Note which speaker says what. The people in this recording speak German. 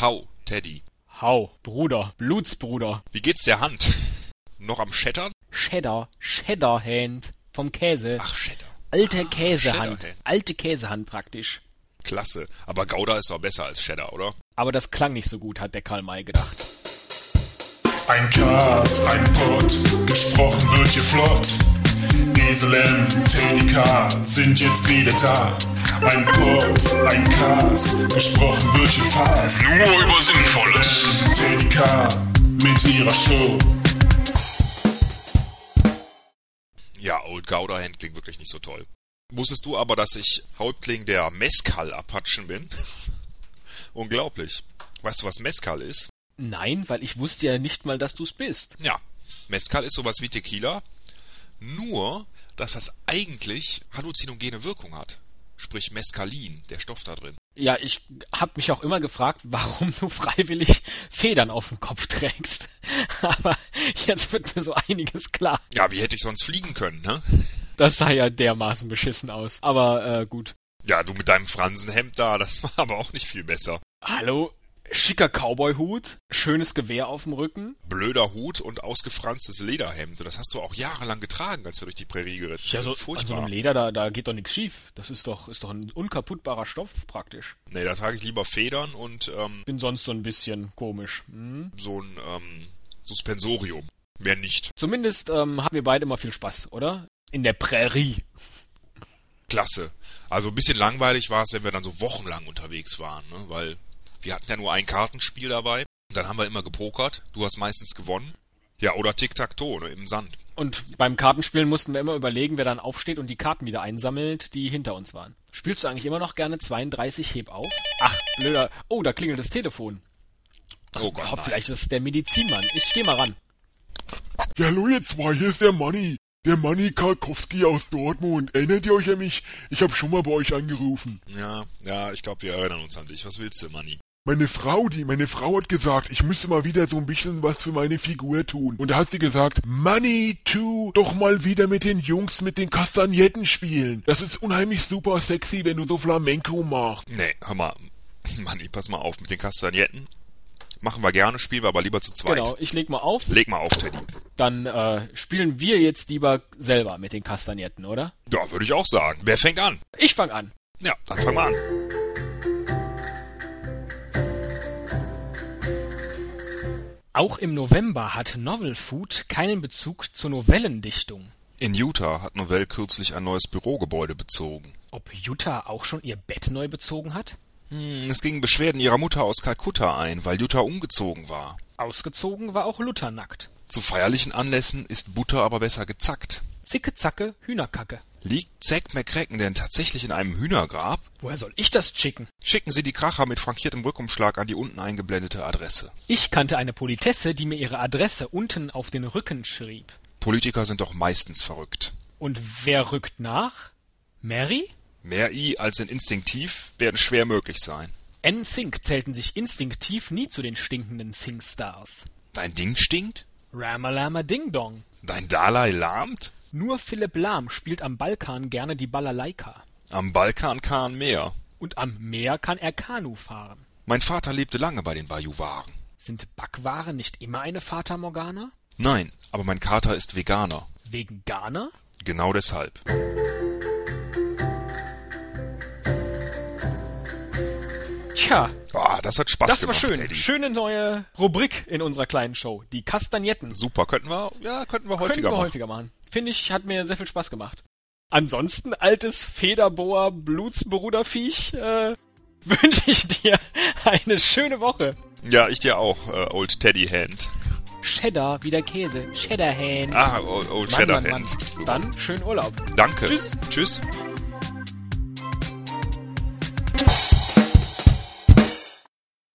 Speaker 1: Hau, Teddy.
Speaker 2: Hau, Bruder, Blutsbruder.
Speaker 1: Wie geht's der Hand? Noch am Schettern?
Speaker 2: Cheddar, Cheddarhand vom Käse.
Speaker 1: Ach, Cheddar.
Speaker 2: Alte Käsehand.
Speaker 1: Cheddarhand.
Speaker 2: Alte Käsehand praktisch.
Speaker 1: Klasse. Aber Gouda ist doch besser als Cheddar, oder?
Speaker 2: Aber das klang nicht so gut, hat der Karl May gedacht.
Speaker 3: Ein Cast, ein Pod, gesprochen wird hier flott. Esel M, Teddy K sind jetzt wieder da. Ein Pod, ein Cast, gesprochen wird hier fast.
Speaker 4: Nur über Sinnvolles.
Speaker 3: Esel M, Teddy K mit ihrer Show.
Speaker 1: Ja, Old Gouda Hand klingt wirklich nicht so toll. Wusstest du aber, dass ich Häuptling der Mezcal-Apachen bin? Unglaublich. Weißt du, was Mezcal ist?
Speaker 2: Nein, weil ich wusste ja nicht mal, dass du's bist.
Speaker 1: Ja, Mezcal ist sowas wie Tequila, nur dass das eigentlich halluzinogene Wirkung hat. Sprich Mescalin, der Stoff da drin.
Speaker 2: Ja, ich hab mich auch immer gefragt, warum du freiwillig Federn auf dem Kopf trägst. Aber jetzt wird mir so einiges klar.
Speaker 1: Ja, wie hätte ich sonst fliegen können, ne?
Speaker 2: Das sah ja dermaßen beschissen aus. Aber äh, gut.
Speaker 1: Ja, du mit deinem Fransenhemd da, das war aber auch nicht viel besser.
Speaker 2: Hallo, schicker Cowboy-Hut, schönes Gewehr auf dem Rücken.
Speaker 1: Blöder Hut und ausgefranstes Lederhemd. Und das hast du auch jahrelang getragen, als wir durch die Prärie geritten sind.
Speaker 2: Also an so
Speaker 1: Furchtbar.
Speaker 2: einem Leder, da, da geht doch nichts schief. Das ist doch, ist doch ein unkaputtbarer Stoff praktisch.
Speaker 1: nee, da trage ich lieber Federn und ähm,
Speaker 2: Bin sonst so ein bisschen komisch. Hm?
Speaker 1: so ein ähm, Suspensorium. Mehr nicht.
Speaker 2: Zumindest ähm, hatten wir beide immer viel Spaß, oder? In der Prärie.
Speaker 1: Klasse. Also ein bisschen langweilig war es, wenn wir dann so wochenlang unterwegs waren, ne? weil wir hatten ja nur ein Kartenspiel dabei. Und dann haben wir immer gepokert. Du hast meistens gewonnen. Ja, oder Tic-Tac-Toe ne? im Sand.
Speaker 2: Und beim Kartenspielen mussten wir immer überlegen, wer dann aufsteht und die Karten wieder einsammelt, die hinter uns waren. Spielst du eigentlich immer noch gerne 32 Heb auf? Ach, blöder. Oh, da klingelt das Telefon.
Speaker 1: Oh Gott,
Speaker 2: Oh,
Speaker 1: nein.
Speaker 2: vielleicht ist es der Medizinmann. Ich geh mal ran.
Speaker 5: Ja, hallo ihr zwei, hier ist der Manni. Der Manni Karkowski aus Dortmund. Erinnert ihr euch an mich? Ich habe schon mal bei euch angerufen.
Speaker 1: Ja, ja, ich glaube, wir erinnern uns an dich. Was willst du, Manni?
Speaker 5: Meine Frau, die, meine Frau hat gesagt, ich müsste mal wieder so ein bisschen was für meine Figur tun. Und da hat sie gesagt, Money to, doch mal wieder mit den Jungs mit den Kastagnetten spielen. Das ist unheimlich super sexy, wenn du so Flamenco machst.
Speaker 1: Nee, hör mal. Manni, pass mal auf mit den Kastagnetten. Machen wir gerne, spielen wir aber lieber zu zweit.
Speaker 2: Genau, ich leg mal auf.
Speaker 1: Leg mal auf, Teddy.
Speaker 2: Dann äh, spielen wir jetzt lieber selber mit den Kastagnetten, oder?
Speaker 1: Ja, würde ich auch sagen. Wer fängt an?
Speaker 2: Ich fang an.
Speaker 1: Ja, dann fang mal an.
Speaker 6: Auch im November hat Novel Food keinen Bezug zur Novellendichtung.
Speaker 1: In Utah hat Novell kürzlich ein neues Bürogebäude bezogen.
Speaker 6: Ob Jutta auch schon ihr Bett neu bezogen hat?
Speaker 1: Hm, es gingen Beschwerden ihrer Mutter aus Kalkutta ein, weil Jutta umgezogen war.
Speaker 6: Ausgezogen war auch Luther nackt.
Speaker 1: Zu feierlichen Anlässen ist Butter aber besser gezackt.
Speaker 6: Zicke zacke, Hühnerkacke.
Speaker 1: Liegt Zack McCracken denn tatsächlich in einem Hühnergrab?
Speaker 6: Woher soll ich das schicken?
Speaker 1: Schicken Sie die Kracher mit frankiertem Rückumschlag an die unten eingeblendete Adresse.
Speaker 6: Ich kannte eine Politesse, die mir ihre Adresse unten auf den Rücken schrieb.
Speaker 1: Politiker sind doch meistens verrückt.
Speaker 6: Und wer rückt nach? Mary?
Speaker 1: Mehr I als in instinktiv werden schwer möglich sein.
Speaker 6: N-Sync zählten sich instinktiv nie zu den stinkenden Sync-Stars.
Speaker 1: Dein Ding stinkt?
Speaker 6: Ramalama Ding Dong.
Speaker 1: Dein Dalai lahmt?
Speaker 6: Nur Philipp Lahm spielt am Balkan gerne die Balalaika.
Speaker 1: Am Balkan kahn mehr.
Speaker 6: Und am Meer kann er Kanu fahren.
Speaker 1: Mein Vater lebte lange bei den Bajuwaren.
Speaker 6: Sind Backwaren nicht immer eine Fata Morgana?
Speaker 1: Nein, aber mein Kater ist Veganer.
Speaker 6: Wegen Ghana?
Speaker 1: Genau deshalb.
Speaker 6: Tja,
Speaker 1: Ah, das hat Spaß
Speaker 2: Das war
Speaker 1: gemacht.
Speaker 2: schön.
Speaker 1: Eddie.
Speaker 2: Schöne neue Rubrik in unserer kleinen Show. Die Kastagnetten.
Speaker 1: Super, könnten wir, ja, könnten wir
Speaker 2: Können
Speaker 1: häufiger
Speaker 2: wir
Speaker 1: machen.
Speaker 2: häufiger machen. Finde ich, hat mir sehr viel Spaß gemacht. Ansonsten, altes Federboa Blutsbruderviech, äh, wünsche ich dir eine schöne Woche.
Speaker 1: Ja, ich dir auch, äh, Old Teddy Hand.
Speaker 2: Cheddar, wieder Käse. Cheddarhand.
Speaker 1: Ah, Old, old
Speaker 2: Mann,
Speaker 1: Shadow
Speaker 2: Mann, Mann.
Speaker 1: Hand.
Speaker 2: Dann schönen Urlaub.
Speaker 1: Danke.
Speaker 2: Tschüss.
Speaker 1: Tschüss.